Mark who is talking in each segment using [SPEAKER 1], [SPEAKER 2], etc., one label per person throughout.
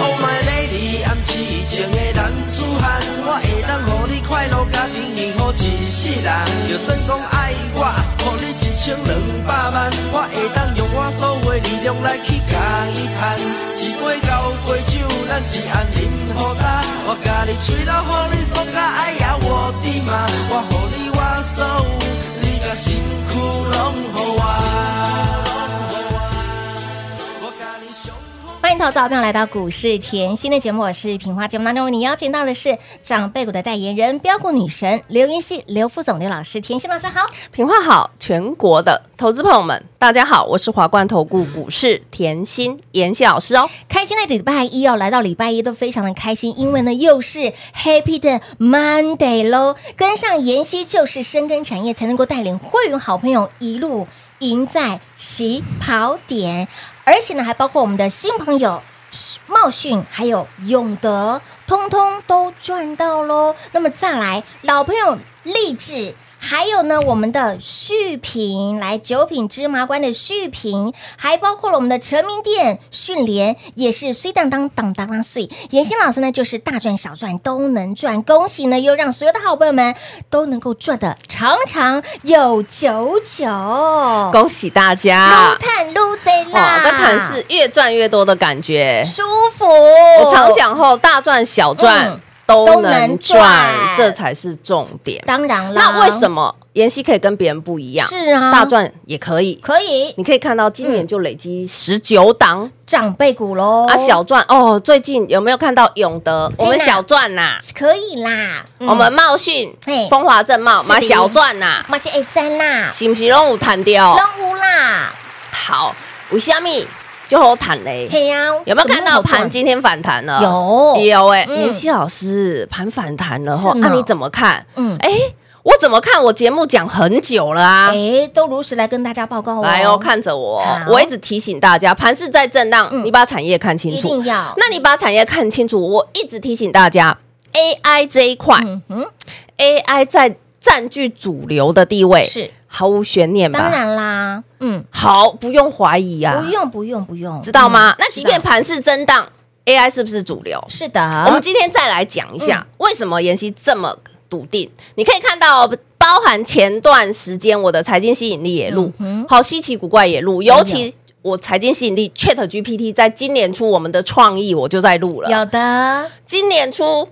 [SPEAKER 1] Oh my lady，暗示情的男子汉，我会当予你快乐家庭幸福一世人。就算讲爱我，予你一千两百万，我会当用我所有的力量来去甲伊赚。一杯交杯酒，咱一暗饮予干，我甲你吹到予你爽甲哎呀我的妈，我予你我所有，你甲身躯拢予我。我甲你上好
[SPEAKER 2] 欢迎投资好朋友来到股市甜心的节目，我是平花。节目当中，你邀请到的是长辈股的代言人标股女神刘云熙、刘副总、刘老师。甜心老师好，
[SPEAKER 3] 平话好，全国的投资朋友们，大家好，我是华冠投顾股市甜心妍希老师哦。
[SPEAKER 2] 开心的礼拜一哦，来到礼拜一都非常的开心，因为呢又是 Happy 的 Monday 喽。跟上妍希就是深耕产业，才能够带领会员好朋友一路赢在起跑点，而且呢还包括我们的新朋友茂讯，还有永德，通通都赚到喽。那么再来，老朋友励志。还有呢，我们的续品来九品芝麻官的续品，还包括了我们的成名店训练，也是碎当当当当当碎。妍希老师呢，就是大赚小赚都能赚，恭喜呢，又让所有的好朋友们都能够赚的长长有久久，哦
[SPEAKER 3] 恭喜大
[SPEAKER 2] 撸
[SPEAKER 3] 家！
[SPEAKER 2] 探撸贼啦！
[SPEAKER 3] 哇，这盘是越赚越多的感觉。
[SPEAKER 2] 舒服，
[SPEAKER 3] 我常。讲后，大赚小赚、
[SPEAKER 2] 嗯
[SPEAKER 3] 都
[SPEAKER 2] 都能
[SPEAKER 3] 能
[SPEAKER 2] 赚
[SPEAKER 3] 赚，这才是重点。
[SPEAKER 2] 当然啦，
[SPEAKER 3] 那为什
[SPEAKER 2] 么
[SPEAKER 3] 么妍希可以跟别人不一样？
[SPEAKER 2] 是啊嗯
[SPEAKER 3] 大赚也可以。
[SPEAKER 2] 可以
[SPEAKER 3] 你可以看到今年就累积十九档
[SPEAKER 2] 长辈股喽？
[SPEAKER 3] 啊，小赚哦。最近有没有看到永德？我们小赚呐，
[SPEAKER 2] 可以啦，嗯
[SPEAKER 3] 我们茂讯
[SPEAKER 2] 嘿、
[SPEAKER 3] 风华正茂
[SPEAKER 2] 是的
[SPEAKER 3] 嘛小赚呐，
[SPEAKER 2] 嘛是 A 三啦，
[SPEAKER 3] 是不是拢有谈掉？
[SPEAKER 2] 任务啦，
[SPEAKER 3] 好，为什么就好谈嘞？
[SPEAKER 2] 嘿呀，
[SPEAKER 3] 有没有看
[SPEAKER 2] 怎么那么
[SPEAKER 3] 到
[SPEAKER 2] 好赚
[SPEAKER 3] 盘今天反弹了？
[SPEAKER 2] 有
[SPEAKER 3] 有哎，
[SPEAKER 2] 嗯
[SPEAKER 3] 妍希老师盘反弹了后，
[SPEAKER 2] 是吗
[SPEAKER 3] 那你怎么看？
[SPEAKER 2] 嗯，
[SPEAKER 3] 哎，我怎么看？我节目讲很久了啊。
[SPEAKER 2] 哎，都如实来跟大家报告哦。
[SPEAKER 3] 来哦，看着我哦，
[SPEAKER 2] 好
[SPEAKER 3] 我一直提醒大家，盘是在震荡，
[SPEAKER 2] 嗯
[SPEAKER 3] 你把产业看清
[SPEAKER 2] 一
[SPEAKER 3] 楚
[SPEAKER 2] 定。要。
[SPEAKER 3] 那你把产业看清楚，我一直提醒大家，AI 这一块
[SPEAKER 2] 嗯哼，
[SPEAKER 3] ，AI 在占据主流的地位，
[SPEAKER 2] 是
[SPEAKER 3] 毫无悬念吧？
[SPEAKER 2] 当然啦，嗯，
[SPEAKER 3] 好，不用怀疑啊，
[SPEAKER 2] 不用不用不用，
[SPEAKER 3] 知道吗？
[SPEAKER 2] 嗯
[SPEAKER 3] 那即便
[SPEAKER 2] 知道
[SPEAKER 3] 盘是震荡，AI 是不是主流？
[SPEAKER 2] 是啊嗯
[SPEAKER 3] 我们
[SPEAKER 2] 的，
[SPEAKER 3] 今天再来讲一下，为什么妍希这么笃定？你可以看到，哦包含前段时间我的财经吸引力也录，
[SPEAKER 2] 嗯哼
[SPEAKER 3] 好稀奇古怪也录，
[SPEAKER 2] 有
[SPEAKER 3] 尤其我财经吸引力 Chat GPT 在今年初我们的创意我就在录了，
[SPEAKER 2] 有的
[SPEAKER 3] 今年初。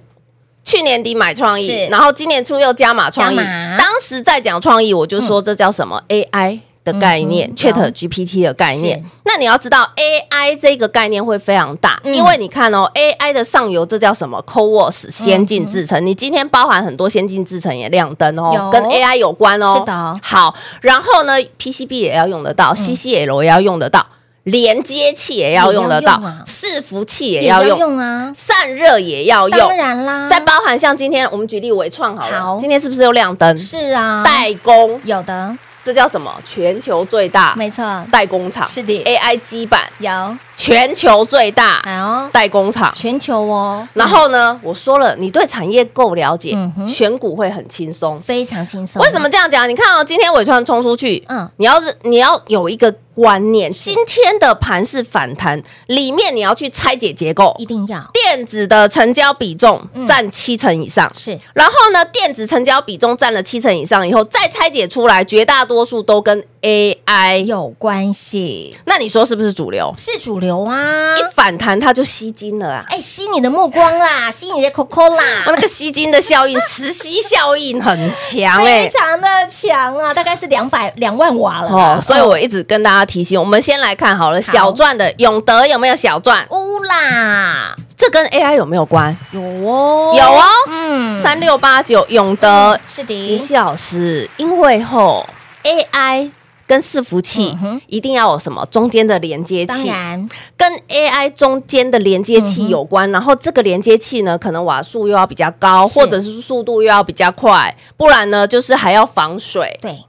[SPEAKER 3] 去年底买创
[SPEAKER 2] 是
[SPEAKER 3] 意，然后今年初又加码创意
[SPEAKER 2] 加码。嗯
[SPEAKER 3] 当时在讲创意，我就说这叫什么、AI 的概念、
[SPEAKER 2] 嗯哼
[SPEAKER 3] c h a
[SPEAKER 2] 有
[SPEAKER 3] t GPT 的概念
[SPEAKER 2] 是。
[SPEAKER 3] 那你要知道 AI 这个概念会非常大，
[SPEAKER 2] 嗯
[SPEAKER 3] 因为你看哦，AI 的上游这叫什么 CoWoS 先进制程、你今天包含很多先进制程也亮灯
[SPEAKER 2] 嗯有
[SPEAKER 3] 哦，跟 AI 有关哦。
[SPEAKER 2] 是的嗯
[SPEAKER 3] 好，然后呢，PCB 也要用得到、c c l 也要用得到。连接器也要用得
[SPEAKER 2] 也
[SPEAKER 3] 到
[SPEAKER 2] 要用啊，
[SPEAKER 3] 伺服器也
[SPEAKER 2] 也
[SPEAKER 3] 要
[SPEAKER 2] 要
[SPEAKER 3] 用，
[SPEAKER 2] 用啊，
[SPEAKER 3] 散热也要用
[SPEAKER 2] 当，然啦，
[SPEAKER 3] 再包含像今天我们举例伟创好了，
[SPEAKER 2] 好
[SPEAKER 3] 今天是不是又亮灯？
[SPEAKER 2] 是啊，
[SPEAKER 3] 代工，
[SPEAKER 2] 有的，
[SPEAKER 3] 这叫什么？全球最大
[SPEAKER 2] 没错，
[SPEAKER 3] 代工厂，
[SPEAKER 2] 是的啊
[SPEAKER 3] AI 基板，
[SPEAKER 2] 有，
[SPEAKER 3] 全球最大
[SPEAKER 2] 还有
[SPEAKER 3] 代工厂。
[SPEAKER 2] 全球哦，
[SPEAKER 3] 然后呢，我说了，你对产业够了解
[SPEAKER 2] 嗯，哼
[SPEAKER 3] 选股会很轻松。
[SPEAKER 2] 非常轻松。
[SPEAKER 3] 为什么？这样讲？你看哦，今天伟创冲出去，
[SPEAKER 2] 嗯
[SPEAKER 3] 嗯，你要是你要有一个观念，今天的盘是反弹，里面你要去拆解结构
[SPEAKER 2] 一，定要
[SPEAKER 3] 电子的成交比重
[SPEAKER 2] 嗯
[SPEAKER 3] 占七成以上，
[SPEAKER 2] 是
[SPEAKER 3] 然后呢，电子成交比重占了七成以上以后，再拆解出来，绝大多数都跟 AI。
[SPEAKER 2] 有关系，
[SPEAKER 3] 那你说是不是主流？
[SPEAKER 2] 是主流啊。
[SPEAKER 3] 一反弹它就吸金了啊！
[SPEAKER 2] 哎，吸你的目光啦，吸你的 COCO 啦
[SPEAKER 3] 我，那个吸金的效应，磁吸效应很强哎、
[SPEAKER 2] 非常的强啊，大概是两百两万瓦了啦。
[SPEAKER 3] 哦，所以我一直跟大家提醒，我们先来看好了，小赚的永德有没有小赚？
[SPEAKER 2] 乌啦，
[SPEAKER 3] 这跟 AI 有没有关？
[SPEAKER 2] 有哦，
[SPEAKER 3] 有哦，
[SPEAKER 2] 嗯
[SPEAKER 3] 三六八九永德
[SPEAKER 2] 是
[SPEAKER 3] 林
[SPEAKER 2] 的，
[SPEAKER 3] 夕老师，因为吼 AI 跟伺服器
[SPEAKER 2] 嗯哼
[SPEAKER 3] 一定要有什么中间的连接
[SPEAKER 2] 当
[SPEAKER 3] 器，
[SPEAKER 2] 然
[SPEAKER 3] 跟 AI 中间的连接器有关。然后这个连接器呢，可能瓦数又要比较高，
[SPEAKER 2] 是
[SPEAKER 3] 或者是速度又要比较快，不然呢就是还要防水。
[SPEAKER 2] 对，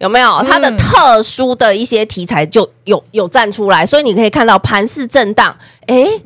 [SPEAKER 3] 有没有它的特殊的一些题材就有有站出来，所以你可以看到盘势震荡，诶，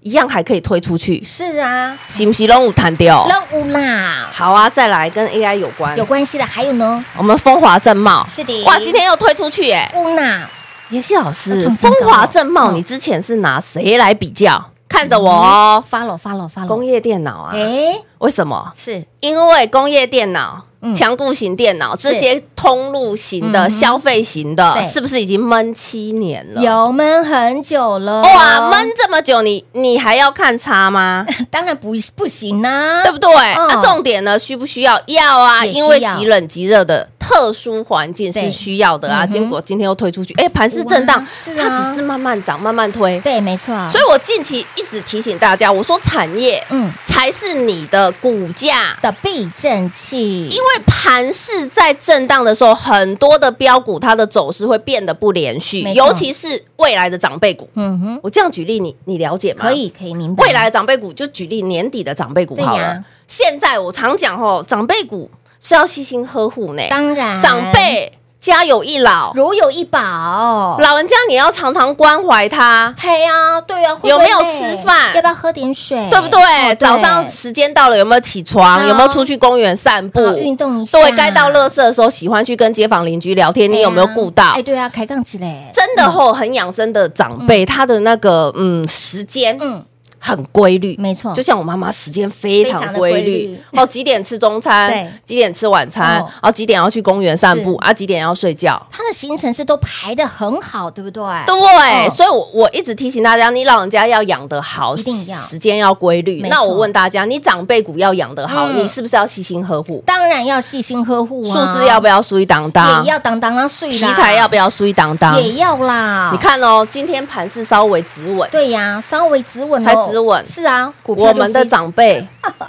[SPEAKER 3] 一样还可以推出去，
[SPEAKER 2] 是啊，
[SPEAKER 3] 行不行？龙舞弹掉，
[SPEAKER 2] 任务啦，
[SPEAKER 3] 好啊，再来跟 AI 有关，
[SPEAKER 2] 有关系的还有呢，
[SPEAKER 3] 我们风华正茂，
[SPEAKER 2] 是的，
[SPEAKER 3] 嗯哇，今天又推出去诶，
[SPEAKER 2] 乌娜
[SPEAKER 3] 妍希老师，
[SPEAKER 2] 创新
[SPEAKER 3] 风
[SPEAKER 2] 高
[SPEAKER 3] 华正茂，
[SPEAKER 2] 嗯
[SPEAKER 3] 你之前是拿谁来比较？看着我哦，
[SPEAKER 2] follow follow
[SPEAKER 3] 工
[SPEAKER 2] follow，
[SPEAKER 3] 业电脑啊，
[SPEAKER 2] 哎，
[SPEAKER 3] 为什么？
[SPEAKER 2] 是
[SPEAKER 3] 因为工业电脑
[SPEAKER 2] 嗯、
[SPEAKER 3] 强固型电脑
[SPEAKER 2] 是
[SPEAKER 3] 这些通路型
[SPEAKER 2] 嗯哼
[SPEAKER 3] 的、消费型的
[SPEAKER 2] 对，
[SPEAKER 3] 是不是已经闷七年了？
[SPEAKER 2] 有闷很久了，
[SPEAKER 3] 哇，闷这么久，你你还要看 差吗？
[SPEAKER 2] 当然不不行啊啦，
[SPEAKER 3] 对不对？那重点呢，需不需要？要啊，
[SPEAKER 2] 嗯也需要
[SPEAKER 3] 因为极冷极热的特殊环境
[SPEAKER 2] 对
[SPEAKER 3] 是需要的啊。
[SPEAKER 2] 嗯哼
[SPEAKER 3] 结果今天又推出去，哎，盘势震荡
[SPEAKER 2] 哇是，啊
[SPEAKER 3] 它只是慢慢涨，慢慢推。
[SPEAKER 2] 对，没错，
[SPEAKER 3] 所以我近期一直提醒大家，我说产业
[SPEAKER 2] 嗯
[SPEAKER 3] 才是你的股价。
[SPEAKER 2] 的避震器，
[SPEAKER 3] 因为盘势在震荡的时候，很多的标股它的走势会变得不连续
[SPEAKER 2] 没，错
[SPEAKER 3] 尤其是未来的长辈股。
[SPEAKER 2] 嗯哼，
[SPEAKER 3] 我这样举例，你你了解吗？
[SPEAKER 2] 可以可以明白，
[SPEAKER 3] 啊未来的长辈股，就举例年底的长辈股好
[SPEAKER 2] 对
[SPEAKER 3] 了。
[SPEAKER 2] 呀
[SPEAKER 3] 现在我常讲吼，长辈股是要细心呵护呢。
[SPEAKER 2] 当然
[SPEAKER 3] 长辈家有一老，
[SPEAKER 2] 如有一宝，
[SPEAKER 3] 老人家你要常常关怀他，
[SPEAKER 2] 嘿啊，对啊，会不会
[SPEAKER 3] 有没有
[SPEAKER 2] 累
[SPEAKER 3] 吃饭
[SPEAKER 2] 要不要喝点水？
[SPEAKER 3] 对不对？
[SPEAKER 2] 哦
[SPEAKER 3] 早上时间到了，有没有起床？
[SPEAKER 2] 嗯
[SPEAKER 3] 有没有出去公园散步？
[SPEAKER 2] 好运动一下，
[SPEAKER 3] 对，该到乐色的时候，喜欢去跟街坊邻居聊天，
[SPEAKER 2] 对啊，
[SPEAKER 3] 你有没有顾到
[SPEAKER 2] 哎，？对啊，开杠起来，
[SPEAKER 3] 真的吼，很养生的长辈，他的那个嗯时间
[SPEAKER 2] 嗯，
[SPEAKER 3] 很规律，
[SPEAKER 2] 没错，
[SPEAKER 3] 就像我妈妈时间非常
[SPEAKER 2] 非常
[SPEAKER 3] 规律
[SPEAKER 2] 地规律
[SPEAKER 3] 哦，几点吃中
[SPEAKER 2] 对
[SPEAKER 3] 餐，几点吃晚餐，
[SPEAKER 2] 哦
[SPEAKER 3] 然后几点要去公园散步
[SPEAKER 2] 是
[SPEAKER 3] 啊，几点要睡觉。
[SPEAKER 2] 他的行程是都排的很好，对不对？
[SPEAKER 3] 对，
[SPEAKER 2] 哦
[SPEAKER 3] 所以我我一直提醒大家，你老人家要养得好，
[SPEAKER 2] 一定要
[SPEAKER 3] 时间要规律
[SPEAKER 2] 没。错
[SPEAKER 3] 那我问大家，你长辈股要养得好，
[SPEAKER 2] 嗯
[SPEAKER 3] 你是不是要细心呵护？
[SPEAKER 2] 当然要细心呵护
[SPEAKER 3] 数
[SPEAKER 2] 啊，
[SPEAKER 3] 字要不要疏一当当
[SPEAKER 2] 也？要当当啦，碎
[SPEAKER 3] 题
[SPEAKER 2] 啦，
[SPEAKER 3] 材要不要疏一当当？
[SPEAKER 2] 也要啦，
[SPEAKER 3] 你。看哦，今天盘是稍微止稳，
[SPEAKER 2] 对呀、稍微止稳咯
[SPEAKER 3] 才止稳
[SPEAKER 2] 是啊，股票
[SPEAKER 3] 我
[SPEAKER 2] 就
[SPEAKER 3] 们的
[SPEAKER 2] 飞
[SPEAKER 3] 长 辈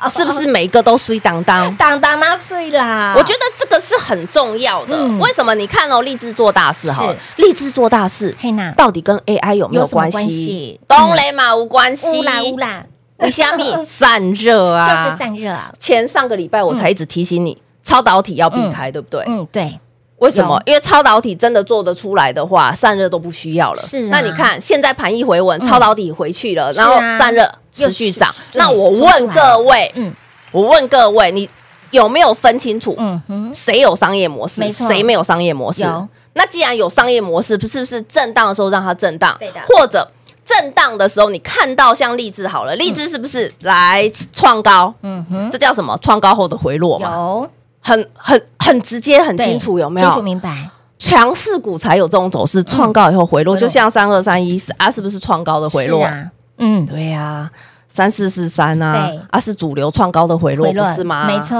[SPEAKER 3] 是不是每一个都疏一当当？
[SPEAKER 2] 当当啦碎啦，
[SPEAKER 3] 我觉得这个是很重要的。
[SPEAKER 2] 嗯
[SPEAKER 3] 为什么？你看哦，立志做大事好了，立志做大事
[SPEAKER 2] 嘿呐，
[SPEAKER 3] 到底跟 AI 有没有
[SPEAKER 2] 有什么
[SPEAKER 3] 关
[SPEAKER 2] 关
[SPEAKER 3] 系
[SPEAKER 2] 系？
[SPEAKER 3] 当然嘛，无关系。
[SPEAKER 2] 乌啦乌 啦，
[SPEAKER 3] 为什 么散热啊？
[SPEAKER 2] 就是。散热啊，
[SPEAKER 3] 前上个礼拜我才一直提醒你，超导体要避开，对不对？
[SPEAKER 2] 嗯，对，
[SPEAKER 3] 为什么
[SPEAKER 2] 有？
[SPEAKER 3] 因为超导体真的做得出来的话，散热都不需要了。
[SPEAKER 2] 是啊嗯
[SPEAKER 3] 那你看现在盘一回稳，超导体回去了，
[SPEAKER 2] 是啊
[SPEAKER 3] 然后散热
[SPEAKER 2] 又
[SPEAKER 3] 持续涨。
[SPEAKER 2] 对
[SPEAKER 3] 那我
[SPEAKER 2] 冲出来
[SPEAKER 3] 问
[SPEAKER 2] 了
[SPEAKER 3] 各位，
[SPEAKER 2] 嗯
[SPEAKER 3] 我问各位，你有没有分清楚？
[SPEAKER 2] 嗯哼，
[SPEAKER 3] 谁有商业模式
[SPEAKER 2] 没，错
[SPEAKER 3] 谁没有商业模式
[SPEAKER 2] 有。
[SPEAKER 3] 那既然有商业模式，是不是震荡的时候让它震荡？
[SPEAKER 2] 对的
[SPEAKER 3] 或者震荡的时候，你看到像励志好了，励志是不是来创高？
[SPEAKER 2] 嗯哼，
[SPEAKER 3] 这叫什么？创高后的回落嘛，
[SPEAKER 2] 有
[SPEAKER 3] 很很很直接，很
[SPEAKER 2] 对
[SPEAKER 3] 清楚，有没
[SPEAKER 2] 清楚
[SPEAKER 3] 有？
[SPEAKER 2] 明白，
[SPEAKER 3] 强势股才有这种走势，创高以后回落，
[SPEAKER 2] 回落
[SPEAKER 3] 就像三二三一啊，是不是创高的回落
[SPEAKER 2] 是？啊，嗯，
[SPEAKER 3] 对呀，三四四三啊
[SPEAKER 2] 对，
[SPEAKER 3] 啊是主流创高的回落，
[SPEAKER 2] 回
[SPEAKER 3] 不
[SPEAKER 2] 落
[SPEAKER 3] 是吗？
[SPEAKER 2] 没错，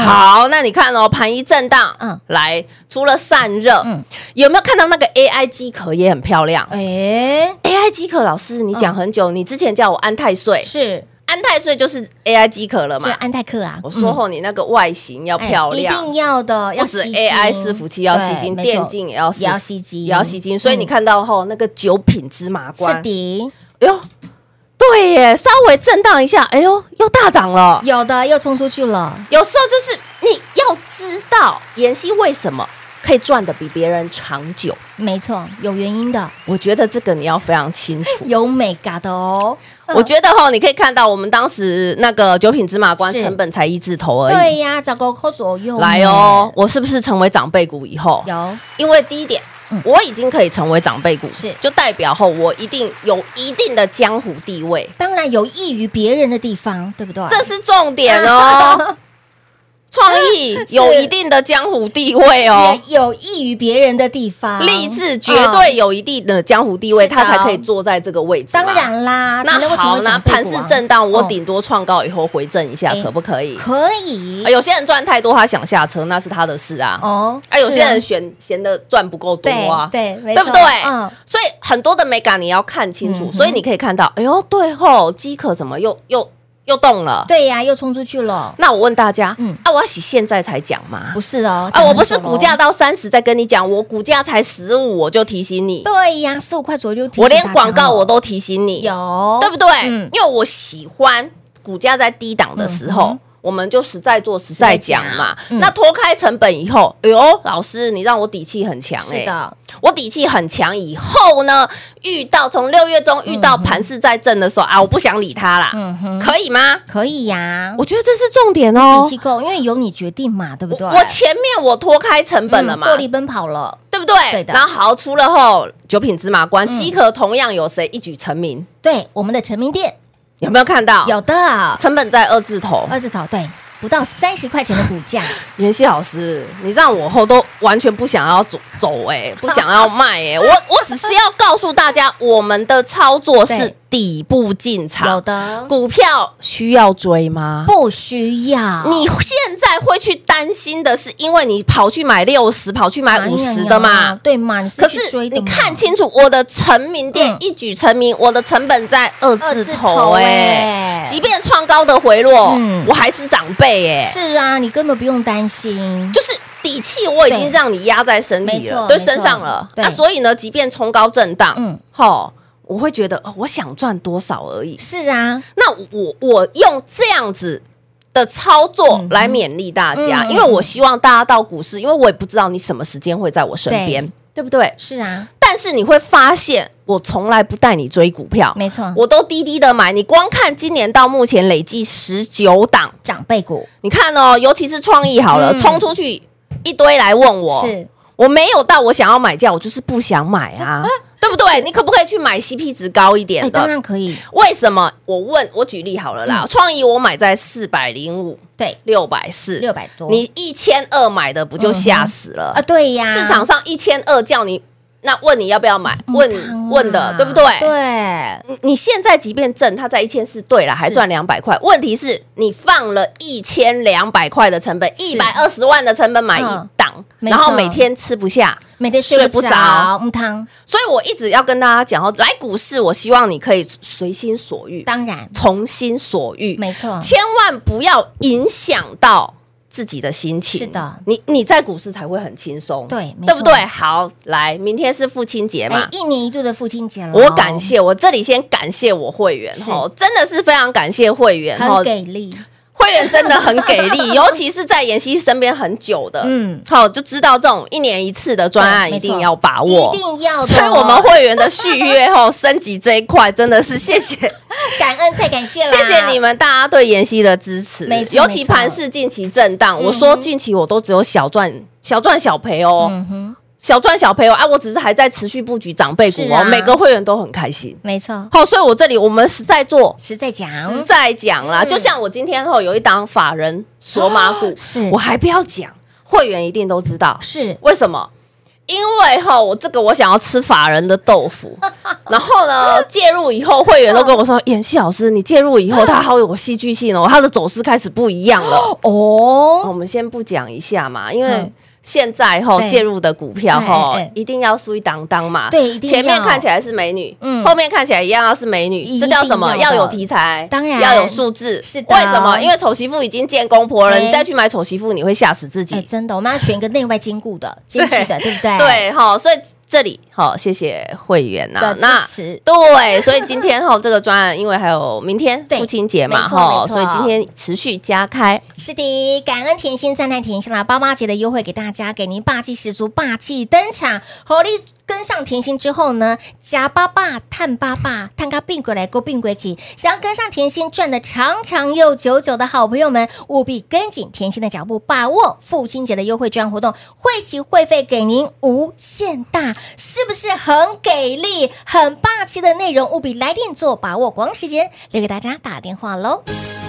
[SPEAKER 3] 好，那你看哦，盘一震荡，
[SPEAKER 2] 嗯
[SPEAKER 3] 嗯，来，除了散热，
[SPEAKER 2] 嗯
[SPEAKER 3] 嗯，有没有看到那个 AI 机壳也很漂亮
[SPEAKER 2] 哎，
[SPEAKER 3] ？AI 机壳老师，你讲很久，你之前叫我安泰税，
[SPEAKER 2] 嗯是
[SPEAKER 3] 安泰税就是 AI 机壳了
[SPEAKER 2] 是
[SPEAKER 3] 嘛？
[SPEAKER 2] 安泰克啊，
[SPEAKER 3] 我说后你那个外形要
[SPEAKER 2] 嗯哎
[SPEAKER 3] 漂
[SPEAKER 2] 一
[SPEAKER 3] 亮
[SPEAKER 2] 定，要的，要
[SPEAKER 3] 不止
[SPEAKER 2] 吸睛
[SPEAKER 3] AI 伺服器要吸睛，
[SPEAKER 2] 对没错
[SPEAKER 3] 电竞也要
[SPEAKER 2] 也要吸睛，
[SPEAKER 3] 也要吸睛，所以你看到后那个九品芝麻
[SPEAKER 2] 嗯是
[SPEAKER 3] 官，
[SPEAKER 2] 的，
[SPEAKER 3] 哎呦，对耶，稍微震荡一下，哎呦，又大涨了。
[SPEAKER 2] 有的又冲出去了，
[SPEAKER 3] 有时候就是你要知道妍希为什么可以赚的比别人长久，
[SPEAKER 2] 没错，有原因的，
[SPEAKER 3] 我觉得这个你要非常 清楚。
[SPEAKER 2] 有美感的哦，
[SPEAKER 3] 我觉得哈，你可以看到我们当时那个九品芝麻官
[SPEAKER 2] 是
[SPEAKER 3] 成本才一字头而已。
[SPEAKER 2] 对呀，找个扣左右，
[SPEAKER 3] 来哦，，我是不是成为长辈股以后？
[SPEAKER 2] 有
[SPEAKER 3] 因为第一点
[SPEAKER 2] 嗯，
[SPEAKER 3] 我已经可以成为长辈股，
[SPEAKER 2] 是
[SPEAKER 3] 就代表后我一定有一定的江湖地位，
[SPEAKER 2] 当然有益于别人的地方，对不对？
[SPEAKER 3] 这是重点 哦。创意有一定的江湖地位哦，
[SPEAKER 2] 也有益于别人的地方，嗯
[SPEAKER 3] 励志绝对有一定的江湖地位，
[SPEAKER 2] 是的
[SPEAKER 3] 他才可以坐在这个位置。
[SPEAKER 2] 嗯。当，然啦，才
[SPEAKER 3] 那
[SPEAKER 2] 能够成
[SPEAKER 3] 好，
[SPEAKER 2] 为
[SPEAKER 3] 那
[SPEAKER 2] 长辈
[SPEAKER 3] 盘
[SPEAKER 2] 股
[SPEAKER 3] 势
[SPEAKER 2] 王
[SPEAKER 3] 震荡，我
[SPEAKER 2] 嗯
[SPEAKER 3] 顶多创高以后回正一下
[SPEAKER 2] 哎，
[SPEAKER 3] 可不可以？
[SPEAKER 2] 可以
[SPEAKER 3] 啊有些人赚太多，他想下车，那是他的事啊。
[SPEAKER 2] 哦。
[SPEAKER 3] 啊，有些人
[SPEAKER 2] 是
[SPEAKER 3] 嫌嫌的赚不够多
[SPEAKER 2] 啊
[SPEAKER 3] 啊。
[SPEAKER 2] 对对，没
[SPEAKER 3] 对不
[SPEAKER 2] 错
[SPEAKER 3] 对
[SPEAKER 2] 嗯，？
[SPEAKER 3] 所以很多的美感你要看清
[SPEAKER 2] 嗯
[SPEAKER 3] 楚，
[SPEAKER 2] 哼
[SPEAKER 3] 所以你可以看到，哎呦，对吼，饥渴怎么又又又动了。
[SPEAKER 2] 对呀、又冲出去了，
[SPEAKER 3] 那我问大家，
[SPEAKER 2] 嗯
[SPEAKER 3] 啊，我要洗现在才讲吗？
[SPEAKER 2] 不是哦？
[SPEAKER 3] 啊，我不是
[SPEAKER 2] 讲很久
[SPEAKER 3] 股价
[SPEAKER 2] 咯，
[SPEAKER 3] 到三十再跟你讲，我股价才十五，我就提醒你，
[SPEAKER 2] 对呀、四五块左右就提
[SPEAKER 3] 我
[SPEAKER 2] 醒大家
[SPEAKER 3] 连
[SPEAKER 2] 了，
[SPEAKER 3] 广告我都提醒你，
[SPEAKER 2] 哦有，
[SPEAKER 3] 对不对？
[SPEAKER 2] 嗯
[SPEAKER 3] 因为我喜欢股价在低档的时候。我们就实在做实在讲嘛，
[SPEAKER 2] 嗯
[SPEAKER 3] 那脱开成本以后，哎呦，老师，你让我底气很强哎、
[SPEAKER 2] 是的，
[SPEAKER 3] 我底气很强以后呢，遇到从六月中遇到盘势在震的时候、啊，我不想理他啦，
[SPEAKER 2] 嗯哼，
[SPEAKER 3] 可以吗？
[SPEAKER 2] 可以呀、
[SPEAKER 3] 我觉得这是重点哦
[SPEAKER 2] 底。气够，因为由你决定嘛，对不对？
[SPEAKER 3] 我我前面我脱开成本了嘛，
[SPEAKER 2] 嗯获利奔跑了，
[SPEAKER 3] 对不对？
[SPEAKER 2] 对的嗯
[SPEAKER 3] 然后好，除了后九品芝麻官，机壳同样有谁一举成名？
[SPEAKER 2] 对，我们的成名店
[SPEAKER 3] 有没有看到？
[SPEAKER 2] 有的
[SPEAKER 3] 成本在二字头。
[SPEAKER 2] 二字头，对，不到三十块钱的股 价，
[SPEAKER 3] 妍希老师，你让我后都完全不想要走走哎、 不想要卖哎、我我只是要告诉大家，我们的操作是
[SPEAKER 2] 对
[SPEAKER 3] 底部进
[SPEAKER 2] 有
[SPEAKER 3] 场，
[SPEAKER 2] 的
[SPEAKER 3] 股票需要追吗？
[SPEAKER 2] 不需要，
[SPEAKER 3] 你现在会去担心的是，因为你跑去买六十，跑去买五十的
[SPEAKER 2] 哎呀
[SPEAKER 3] 嘛。
[SPEAKER 2] 对嘛？你是
[SPEAKER 3] 可
[SPEAKER 2] 去追
[SPEAKER 3] 是
[SPEAKER 2] 的
[SPEAKER 3] 你
[SPEAKER 2] 嘛
[SPEAKER 3] 看清楚，我的成名店
[SPEAKER 2] 嗯
[SPEAKER 3] 一举成名，我的成本在二字头哎、
[SPEAKER 2] 二字头哎
[SPEAKER 3] 即便创高的回落，
[SPEAKER 2] 嗯
[SPEAKER 3] 我还是长辈哎、
[SPEAKER 2] 是啊，你根本不用担心，
[SPEAKER 3] 就是底气我已经让你压在身
[SPEAKER 2] 没
[SPEAKER 3] 体
[SPEAKER 2] 错
[SPEAKER 3] 了，对
[SPEAKER 2] 没错
[SPEAKER 3] 身上了。
[SPEAKER 2] 对
[SPEAKER 3] 那所以呢，即便冲高震荡，
[SPEAKER 2] 嗯
[SPEAKER 3] 嗯，吼，我会觉得哦，我想赚多少而已。
[SPEAKER 2] 是啊，
[SPEAKER 3] 那我我用这样子。的操作来勉励大家，
[SPEAKER 2] 嗯嗯
[SPEAKER 3] 因为我希望大家到股市，因为我也不知道你什么时间会在我身边，对不对？
[SPEAKER 2] 是啊，
[SPEAKER 3] 但是你会发现，我从来不带你追股票，
[SPEAKER 2] 没错，
[SPEAKER 3] 我都低低的买。你光看今年到目前累计十九档，
[SPEAKER 2] 长辈股
[SPEAKER 3] 你看哦，尤其是创意好了，
[SPEAKER 2] 嗯
[SPEAKER 3] 冲出去一堆来问我，
[SPEAKER 2] 是
[SPEAKER 3] 我没有到我想要买价，我就是不想买 啊，对不对？你可不可以去买 CP 值高一
[SPEAKER 2] 哎，
[SPEAKER 3] 点
[SPEAKER 2] 当
[SPEAKER 3] 的？
[SPEAKER 2] 然可嗯以，
[SPEAKER 3] 为什么？我问我举例好了啦，创意我买在四百零五、
[SPEAKER 2] 对，
[SPEAKER 3] 六百四、
[SPEAKER 2] 六百多，
[SPEAKER 3] 你一千二买的不就吓死了？
[SPEAKER 2] 啊，对呀，
[SPEAKER 3] 市场上一千二叫你，那问你要不要买？
[SPEAKER 2] 嗯
[SPEAKER 3] 问
[SPEAKER 2] 当
[SPEAKER 3] 问的
[SPEAKER 2] 然
[SPEAKER 3] 对不对？
[SPEAKER 2] 对，
[SPEAKER 3] 你你现在即便挣它在一千四，对了，还赚两百块。问题是你放了一千两百块的成本，一百二十万的成本买一
[SPEAKER 2] 嗯
[SPEAKER 3] 档，
[SPEAKER 2] 没
[SPEAKER 3] 然后
[SPEAKER 2] 错
[SPEAKER 3] 每天吃不下。
[SPEAKER 2] 每天睡
[SPEAKER 3] 睡
[SPEAKER 2] 不
[SPEAKER 3] 不
[SPEAKER 2] 着，
[SPEAKER 3] 着
[SPEAKER 2] 嗯，汤，
[SPEAKER 3] 所以我一直要跟大家讲哦，来股市，我希望你可以随心所欲，
[SPEAKER 2] 当然
[SPEAKER 3] 从心所欲，
[SPEAKER 2] 没错，
[SPEAKER 3] 千万不要影响到自己的心情。
[SPEAKER 2] 是的，
[SPEAKER 3] 你你在股市才会很轻松，
[SPEAKER 2] 对没错
[SPEAKER 3] 对不对？好，来，明天是父亲节
[SPEAKER 2] 哎
[SPEAKER 3] 嘛，，
[SPEAKER 2] 一年一度的父亲节了，哦
[SPEAKER 3] 我感，谢，我这里先感谢我会员
[SPEAKER 2] 是
[SPEAKER 3] 哦，真的是非常感谢会员
[SPEAKER 2] 很给力，
[SPEAKER 3] 会员真的很给 力，尤其是在妍希身边很久的，
[SPEAKER 2] 嗯
[SPEAKER 3] 嗯，好、就知道这种一年一次的专案
[SPEAKER 2] 对没
[SPEAKER 3] 一
[SPEAKER 2] 错
[SPEAKER 3] 定要把握，
[SPEAKER 2] 一定要的哦，
[SPEAKER 3] 所以我们会员的续约 哦，升级这一块真的是谢谢
[SPEAKER 2] 感恩再感谢啦，
[SPEAKER 3] 谢谢你们大家对妍希的支持
[SPEAKER 2] 没，错
[SPEAKER 3] 尤其
[SPEAKER 2] 没错
[SPEAKER 3] 盘市近期震荡，我说近期我都只有小赚小赚小赔哦，
[SPEAKER 2] 嗯哼，
[SPEAKER 3] 小赚小赔哦，啊，我只是还在持续布局长辈股
[SPEAKER 2] 是
[SPEAKER 3] 哦，
[SPEAKER 2] 啊
[SPEAKER 3] 每个会员都很开心。
[SPEAKER 2] 没错，
[SPEAKER 3] 好、所以我这里我们实在做，
[SPEAKER 2] 实在讲，
[SPEAKER 3] 实在讲
[SPEAKER 2] 嗯
[SPEAKER 3] 啦，就像我今天后有一档法人索马股，
[SPEAKER 2] 哦是
[SPEAKER 3] 我还不要讲，会员一定都知道
[SPEAKER 2] 是
[SPEAKER 3] 为什么。因为哈，我这个我想要吃法人的 豆腐，然后呢，介入以后，会员都跟我说，演戏老师，你介入以后，它好有戏剧性哦，它的走势开始不一样 了。
[SPEAKER 2] 哦，
[SPEAKER 3] 我们先不讲一下嘛，因为
[SPEAKER 2] 嗯
[SPEAKER 3] 现在哈
[SPEAKER 2] 对
[SPEAKER 3] 介入的股票哈
[SPEAKER 2] 哎哎哎，
[SPEAKER 3] 一定要输一当当嘛。
[SPEAKER 2] 对一定要
[SPEAKER 3] 前面看起来是美女，
[SPEAKER 2] 嗯
[SPEAKER 3] 后面看起来一样要是美女，
[SPEAKER 2] 一
[SPEAKER 3] 这
[SPEAKER 2] 定
[SPEAKER 3] 叫什么？
[SPEAKER 2] 要
[SPEAKER 3] 要
[SPEAKER 2] 的
[SPEAKER 3] 有题材，
[SPEAKER 2] 当然
[SPEAKER 3] 要有素质。
[SPEAKER 2] 是的
[SPEAKER 3] 为什么？因为丑媳妇已经见公婆了，
[SPEAKER 2] 哎
[SPEAKER 3] 你再去买丑媳妇，你会吓死自己
[SPEAKER 2] 哎，。真的，我们要选一个内外兼顾的、兼具的，对不对？，
[SPEAKER 3] 对哈，所以这里好，谢谢会员
[SPEAKER 2] 的
[SPEAKER 3] 呐。
[SPEAKER 2] 支
[SPEAKER 3] 那
[SPEAKER 2] 持
[SPEAKER 3] 对，所以今天哈这个专案，因为还有明天
[SPEAKER 2] 对
[SPEAKER 3] 父亲节嘛
[SPEAKER 2] 没错啊没
[SPEAKER 3] 哈，
[SPEAKER 2] 错
[SPEAKER 3] 所以今天持续加开。
[SPEAKER 2] 是的，感恩甜心，赞叹甜心啦！八八节的优惠给大家，给您霸气十足，霸气登场。火力跟上甜心之后呢，夹八爸、探八爸、探咖并鬼来勾并鬼去，想要跟上甜心赚的长长又久久的好朋友们，务必跟紧甜心的脚步，把握父亲节的优惠券活动，会期会费给您无限大，是不是很给力、很霸气的内容？务必来电做把握，光时间留给大家打电话喽。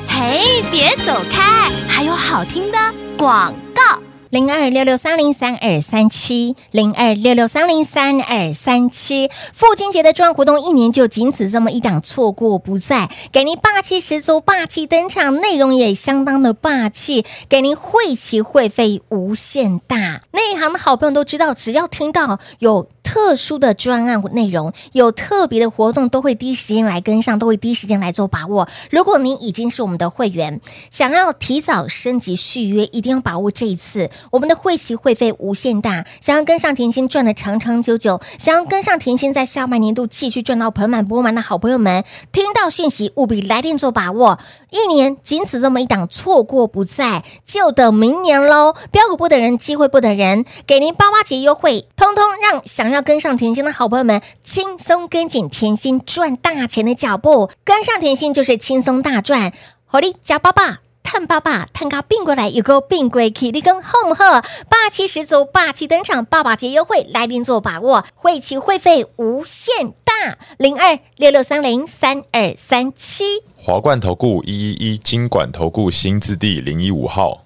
[SPEAKER 4] 嘿，别走开，还有好听的广告。
[SPEAKER 2] 零二六六三零三二三七零二六六三零三二三七。父亲节的重要活动一年就仅此这么一档，错过不再，给您霸气十足、霸气登场，内容也相当的霸气，给您汇齐会费无限大。内行的好朋友都知道，只要听到有特殊的专案内容，有特别的活动，都会第一时间来跟上，都会第一时间来做把握。如果您已经是我们的会员，想要提早升级续约，一定要把握这一次。我们的会期会费无限大，想要跟上甜心赚的长长久久，想要跟上甜心在下半年度继续赚到盆满钵满的好朋友们，听到讯息务必来电做把握。一年仅此这么一档，错过不再，就等明年喽。标股不等人，机会不等人，给您八八节优惠，通通让想要跟上甜心的好朋友们轻松跟紧甜心赚大钱的脚步，跟上甜心就是轻松大赚。好力加爸爸。探爸爸，探咖并过来，有个并过去，你跟好不好？霸气十足，霸气登场，爸爸节优惠来临做把握，会期会费无限大，零二六六三零三二三七。
[SPEAKER 5] 华冠投顾一一一金管投顾新字第零一五号，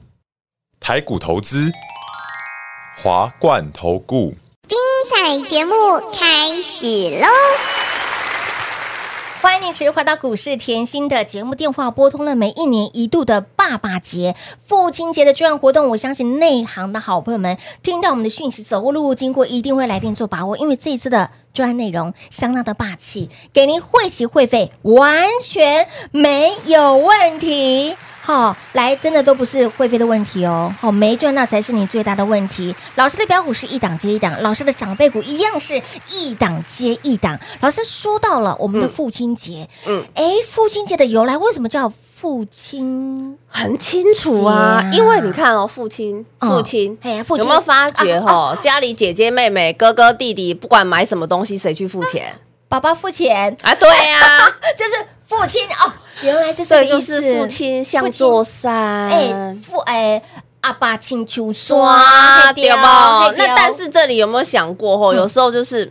[SPEAKER 5] 台股投资，华冠投顾。
[SPEAKER 6] 彩节目开始喽！
[SPEAKER 2] 欢迎你持续回到股市甜心的节目，电话拨通了每一年一度的爸爸节、父亲节的专案活动，我相信内行的好朋友们听到我们的讯息，走过路过经过，一定会来电做把握，因为这一次的专案内容相当的霸气，给您会齐会费完全没有问题。好、来真的都不是会费的问题哦，好、没赚那才是你最大的问题。老师的标股是一档接一档，老师的长辈股一样是一档接一档。老师说到了我们的父亲节，嗯，哎、父亲节的由来为什么叫父亲？
[SPEAKER 3] 很清楚啊
[SPEAKER 2] 是啊，
[SPEAKER 3] 因为你看哦，父亲，
[SPEAKER 2] 嗯
[SPEAKER 3] 父亲，
[SPEAKER 2] 嘿父亲啊
[SPEAKER 3] 有没有发觉哦？家里姐姐、妹妹、哥哥、弟弟，不管买什么东西，谁去付 钱？
[SPEAKER 2] 爸爸付钱，
[SPEAKER 3] 啊，对呀，
[SPEAKER 2] 就是父亲哦，原来是
[SPEAKER 3] 所
[SPEAKER 2] 这个
[SPEAKER 3] 以就
[SPEAKER 2] 意思。
[SPEAKER 3] 是父亲像座山，
[SPEAKER 2] 哎，父哎，阿爸请求
[SPEAKER 3] 哇，
[SPEAKER 2] 刷
[SPEAKER 3] 对吧？那但是这里有没有想过
[SPEAKER 2] 嗯
[SPEAKER 3] 吼？有时候就是，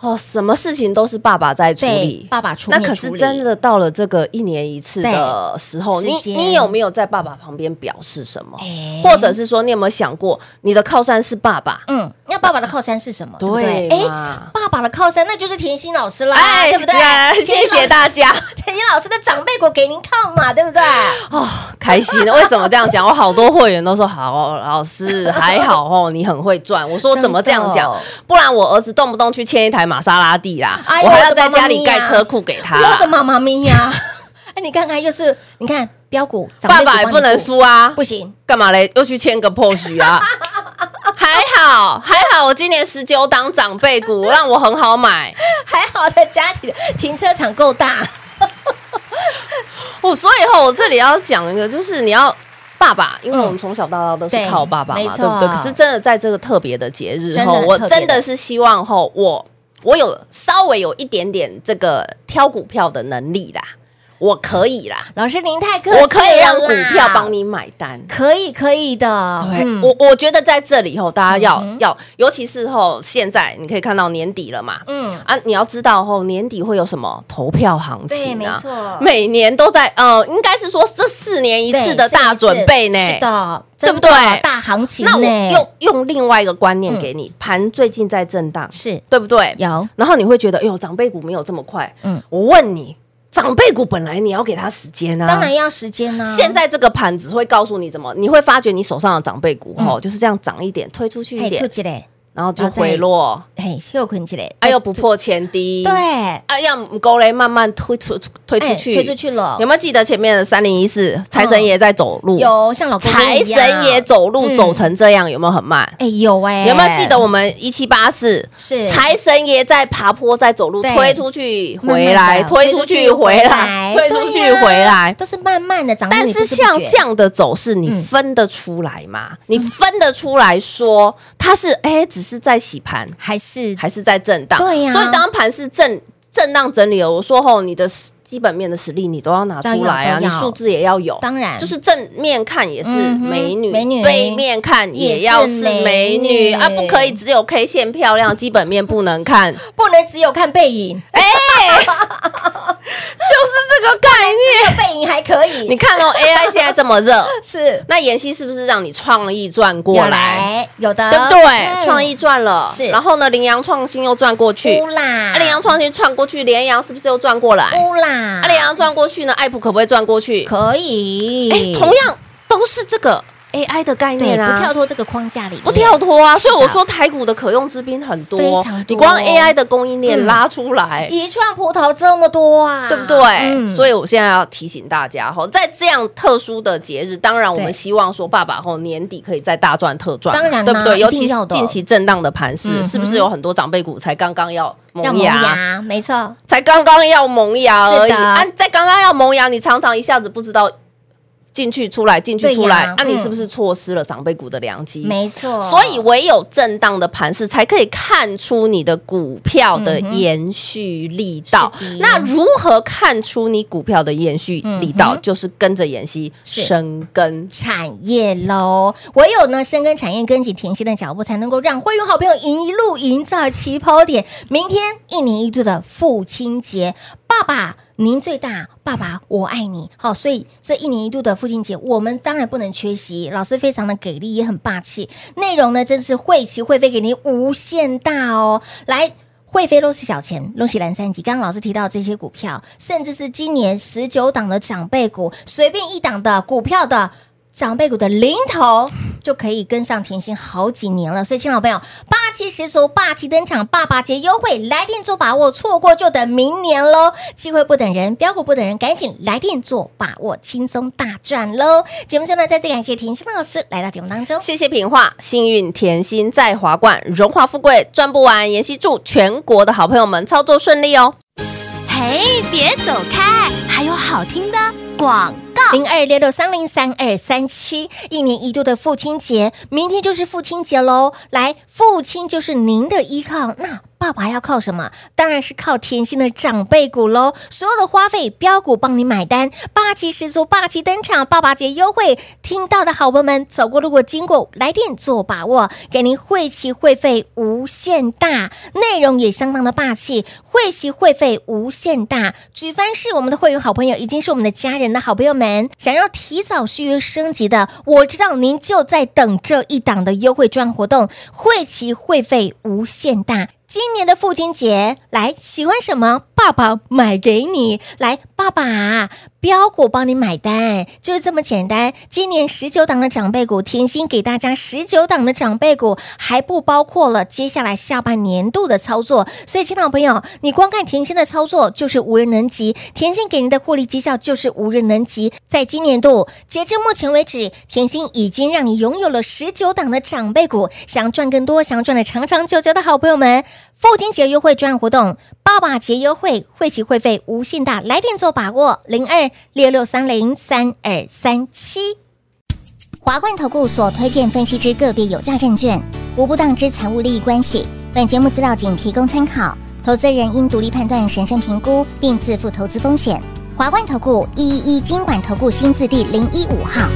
[SPEAKER 3] 哦，什么事情都是爸爸在处
[SPEAKER 2] 对
[SPEAKER 3] 理，
[SPEAKER 2] 爸爸出
[SPEAKER 3] 那
[SPEAKER 2] 面
[SPEAKER 3] 可是真
[SPEAKER 2] 的
[SPEAKER 3] 的到了这个一年一次的时候，
[SPEAKER 2] 对
[SPEAKER 3] 你
[SPEAKER 2] 时间
[SPEAKER 3] 你有没有在爸爸旁边表示什么？
[SPEAKER 2] 哎
[SPEAKER 3] 或者是说，你有没有想过，你的靠山是爸爸？
[SPEAKER 2] 嗯，那爸爸的靠山是什么？对不对？
[SPEAKER 3] 对
[SPEAKER 2] 哎，
[SPEAKER 3] 嘛
[SPEAKER 2] 爸爸的靠山那就是甜心老师啦，
[SPEAKER 3] 哎，
[SPEAKER 2] 对不对？
[SPEAKER 3] 谢谢
[SPEAKER 2] 家。
[SPEAKER 3] 大家
[SPEAKER 2] 甜心老师的长辈股给您靠嘛，对不对？
[SPEAKER 3] 哦， 开心。为什么这样讲？我好多会员都说好，老师还好哦，你很会赚。我说
[SPEAKER 2] 真的
[SPEAKER 3] 怎么这样讲？不然我儿子动不动去签一台玛莎拉蒂啦，
[SPEAKER 2] 哎呦
[SPEAKER 3] 我还
[SPEAKER 2] 我
[SPEAKER 3] 要
[SPEAKER 2] 的
[SPEAKER 3] 在
[SPEAKER 2] 妈妈
[SPEAKER 3] 家里
[SPEAKER 2] 咪
[SPEAKER 3] 盖
[SPEAKER 2] 呀
[SPEAKER 3] 车库给他
[SPEAKER 2] 我的
[SPEAKER 3] 啦。
[SPEAKER 2] 妈妈咪呀！ 哎，你看看，又是你看标股，长辈
[SPEAKER 3] 爸
[SPEAKER 2] 股
[SPEAKER 3] 爸也
[SPEAKER 2] 帮
[SPEAKER 3] 不
[SPEAKER 2] 你
[SPEAKER 3] 能
[SPEAKER 2] 顾，
[SPEAKER 3] 输啊，
[SPEAKER 2] 不行，
[SPEAKER 3] 干嘛嘞？又去签个破许 啊？还好还好，我今年十九档长辈股，让我很好买。
[SPEAKER 2] 还好的家庭的停车场够大，
[SPEAKER 3] 我哦所以后我这里要讲一个，就是你要爸爸，因为
[SPEAKER 2] 嗯
[SPEAKER 3] 我们从小到大都是
[SPEAKER 2] 对
[SPEAKER 3] 靠爸爸
[SPEAKER 2] 嗯没
[SPEAKER 3] 嘛，
[SPEAKER 2] 错啊
[SPEAKER 3] 对不对？可是真的在这个特别的节日
[SPEAKER 2] 真的
[SPEAKER 3] 后，
[SPEAKER 2] 很
[SPEAKER 3] 我
[SPEAKER 2] 特别的
[SPEAKER 3] 真的是希望后我我有稍微有一点点这个挑股票的能力啦，我可以啦，
[SPEAKER 2] 老师您太客气了啦，
[SPEAKER 3] 我可以让股票帮你买单。
[SPEAKER 2] 可以可以的，
[SPEAKER 3] 对、
[SPEAKER 2] 嗯
[SPEAKER 3] 我，我觉得在这里后，大家要、要，尤其是后现在你可以看到年底了嘛，
[SPEAKER 2] 嗯，
[SPEAKER 3] 啊，你要知道后年底会有什么投票行
[SPEAKER 2] 对，
[SPEAKER 3] 情
[SPEAKER 2] 没
[SPEAKER 3] 啊，
[SPEAKER 2] 错，
[SPEAKER 3] 每年都在，呃，应该是说这四年一次的大准备呢。
[SPEAKER 2] 对是一次是的，
[SPEAKER 3] 对不对
[SPEAKER 2] 真的大行情
[SPEAKER 3] 那我
[SPEAKER 2] 呢，
[SPEAKER 3] 用用另外一个观念给你，盘最近在震荡，
[SPEAKER 2] 是
[SPEAKER 3] 对不对？
[SPEAKER 2] 有
[SPEAKER 3] 然后你会觉得，哎呦，长辈股没有这么快。
[SPEAKER 2] 嗯
[SPEAKER 3] 嗯，我问你，长辈股本来你要给他时间啊，
[SPEAKER 2] 当然要时间呢、
[SPEAKER 3] 现在这个盘只会告诉你怎么，你会发觉你手上的长辈股
[SPEAKER 2] 嗯
[SPEAKER 3] 哦，就是这样涨一点，推出去一
[SPEAKER 2] 嘿，兔
[SPEAKER 3] 点，
[SPEAKER 2] 起来，
[SPEAKER 3] 然后就
[SPEAKER 2] 然后再
[SPEAKER 3] 回落，
[SPEAKER 2] 嘿，又困起来，
[SPEAKER 3] 哎呦，不破前低，
[SPEAKER 2] 对，
[SPEAKER 3] 哎呀，狗雷慢慢推出推出去，
[SPEAKER 2] 哎推出去了
[SPEAKER 3] 有没有记得前面的三零一四财神爷在走路？
[SPEAKER 2] 有像老公
[SPEAKER 3] 财
[SPEAKER 2] 一样
[SPEAKER 3] 神爷，走路
[SPEAKER 2] 嗯
[SPEAKER 3] 走成这样，有没有很慢？
[SPEAKER 2] 哎有哎、
[SPEAKER 3] 有没有记得我们一七八四
[SPEAKER 2] 是
[SPEAKER 3] 财神爷在爬坡在走路，
[SPEAKER 2] 对
[SPEAKER 3] 推出去
[SPEAKER 2] 慢慢地
[SPEAKER 3] 回来，推出去回来，推出去回来
[SPEAKER 2] 对呀。都是慢慢的长大，
[SPEAKER 3] 但
[SPEAKER 2] 你不
[SPEAKER 3] 是像
[SPEAKER 2] 不觉
[SPEAKER 3] 这样的走势，你
[SPEAKER 2] 嗯
[SPEAKER 3] 分得出来吗？你分得出来说它是哎、只是在洗盘，
[SPEAKER 2] 还是
[SPEAKER 3] 还是在震荡？
[SPEAKER 2] 对呀
[SPEAKER 3] 所以当盘是震震荡整理了，我说后你的实基本面的实力你都要拿出来
[SPEAKER 2] 都
[SPEAKER 3] 啊，你
[SPEAKER 2] 要
[SPEAKER 3] 数字也要有。
[SPEAKER 2] 当然
[SPEAKER 3] 就是正面看也是
[SPEAKER 2] 嗯哼
[SPEAKER 3] 美女，
[SPEAKER 2] 美女
[SPEAKER 3] 背面看也要是美
[SPEAKER 2] 也是美
[SPEAKER 3] 女
[SPEAKER 2] 女
[SPEAKER 3] 啊，不可以只有 K 线漂亮，基本面不能看。
[SPEAKER 2] 不能只有看背影，
[SPEAKER 3] 哎，就是这个概念。
[SPEAKER 2] 背影还可以，
[SPEAKER 3] 你看哦，AI 现在这么热，
[SPEAKER 2] 是
[SPEAKER 3] 那妍希是不是让你创意转过
[SPEAKER 2] 有
[SPEAKER 3] 来？
[SPEAKER 2] 来有的，
[SPEAKER 3] 对不对？
[SPEAKER 2] 嗯
[SPEAKER 3] 创意赚了，
[SPEAKER 2] 是
[SPEAKER 3] 然后呢，羚羊创新又赚过去
[SPEAKER 2] 乌，啦，
[SPEAKER 3] 啊，羚羊创新赚过去，联阳是不是又赚过来？
[SPEAKER 2] 乌啦，
[SPEAKER 3] 啊，羚羊赚过去呢，爱普可不可以赚过去？
[SPEAKER 2] 可以，
[SPEAKER 3] 哎，同样都是这个 AI 的概
[SPEAKER 2] 对，
[SPEAKER 3] 念啊，
[SPEAKER 2] 不跳脱这个框架里面，
[SPEAKER 3] 不跳脱啊，
[SPEAKER 2] 是
[SPEAKER 3] 所
[SPEAKER 2] 的
[SPEAKER 3] 以我说台股的可用之兵很多，
[SPEAKER 2] 非常多
[SPEAKER 3] 你光 AI 的供应链
[SPEAKER 2] 嗯
[SPEAKER 3] 拉出来。
[SPEAKER 2] 一串葡萄这么多啊，
[SPEAKER 3] 对不对？所
[SPEAKER 2] 以
[SPEAKER 3] 以我现在要提醒大家哈，在这样特殊的节日，当然我们
[SPEAKER 2] 对
[SPEAKER 3] 希望说爸爸后年底可以再大赚特赚嘛，
[SPEAKER 2] 当然啦
[SPEAKER 3] 对不对？
[SPEAKER 2] 一
[SPEAKER 3] 尤
[SPEAKER 2] 定
[SPEAKER 3] 其是
[SPEAKER 2] 要的
[SPEAKER 3] 近期震荡的盘势，
[SPEAKER 2] 嗯哼
[SPEAKER 3] 是不是有很多长辈股才刚刚要萌
[SPEAKER 2] 要萌
[SPEAKER 3] 芽？
[SPEAKER 2] 芽，没错，
[SPEAKER 3] 才刚刚要萌芽而已，
[SPEAKER 2] 是的
[SPEAKER 3] 啊，在刚刚要萌芽，你常常一下子不知道进去出来进去
[SPEAKER 2] 对呀
[SPEAKER 3] 出来，啊，你
[SPEAKER 2] 嗯
[SPEAKER 3] 是不是错失了长辈股的良机？
[SPEAKER 2] 没错，
[SPEAKER 3] 所以唯有震荡的盘势，才可以看出你的股票的
[SPEAKER 2] 嗯哼
[SPEAKER 3] 延续力道。
[SPEAKER 2] 嗯是的
[SPEAKER 3] 那如何看出你股票的延续力
[SPEAKER 2] 嗯
[SPEAKER 3] 道？
[SPEAKER 2] 哼
[SPEAKER 3] 就是跟着妍希
[SPEAKER 2] 是
[SPEAKER 3] 生根。
[SPEAKER 2] 产业喽，唯有呢深耕产业，跟紧甜心的脚步，才能够让会员好朋友一路赢在起跑点。明天一年一度的父亲节，爸爸您最大，爸爸我爱你。好，所以这一年一度的父亲节，我们当然不能缺席。老师非常的给力，也很霸气，内容呢真是会齐会飞，给您无限大哦。来。会飞都是小钱，恭喜蓝三级。刚刚老师提到这些股票，甚至是今年十九档的长辈股，随便一档的股票的长辈股的零头，就可以跟上甜心好几年了。所以，亲老朋友，霸气十足，霸气登场，爸爸节优惠，来电做把握，错过就等明年喽。机会不等人，标股不等人，赶紧来电做把握，轻松大赚喽！节目最后呢，再次感谢甜心老师来到节目当中。
[SPEAKER 3] 谢谢品画，幸运甜心在华冠，荣华富贵赚不完。妍希祝全国的好朋友们操作顺利哦。
[SPEAKER 4] 嘿，别走开，还有好听的广告。
[SPEAKER 2] 零二六六三零三二三七，一年一度的父亲节，明天就是父亲节喽。来，父亲就是您的依靠，那爸爸要靠什么？当然是靠甜心的长辈股喽。所有的花费，标股帮你买单，霸气十足，霸气登场，爸爸节优惠。听到的好朋友们，走过路过经过，来电做把握，给您汇齐会费无限大，内容也相当的霸气，汇齐会费无限大。举凡是我们的会员好朋友，已经是我们的家人的好朋友们，想要提早续约升级的，我知道您就在等这一档的优惠券活动，汇齐会费无限大。今年的父亲节，来喜欢什么，爸爸买给你。来，爸爸标股帮你买单，就是这么简单。今年十九档的长辈股，甜心给大家十九档的长辈股，还不包括了接下来下半年度的操作。所以，亲老朋友，你光看甜心的操作就是无人能及，甜心给您的获利绩效就是无人能及。在今年度截至目前为止，甜心已经让你拥有了十九档的长辈股，想赚更多，想赚的长长久久的好朋友们。父亲节优惠专案活动，爸爸节优惠，会期会费无限大，来电做把握，零二六六三零三二三七。
[SPEAKER 6] 华冠投顾所推荐分析之个别有价证券，无不当之财务利益关系。本节目资料仅提供参考，投资人应独立判断、审慎评估，并自负投资风险。华冠投顾一一一金管投顾新字第零一五号。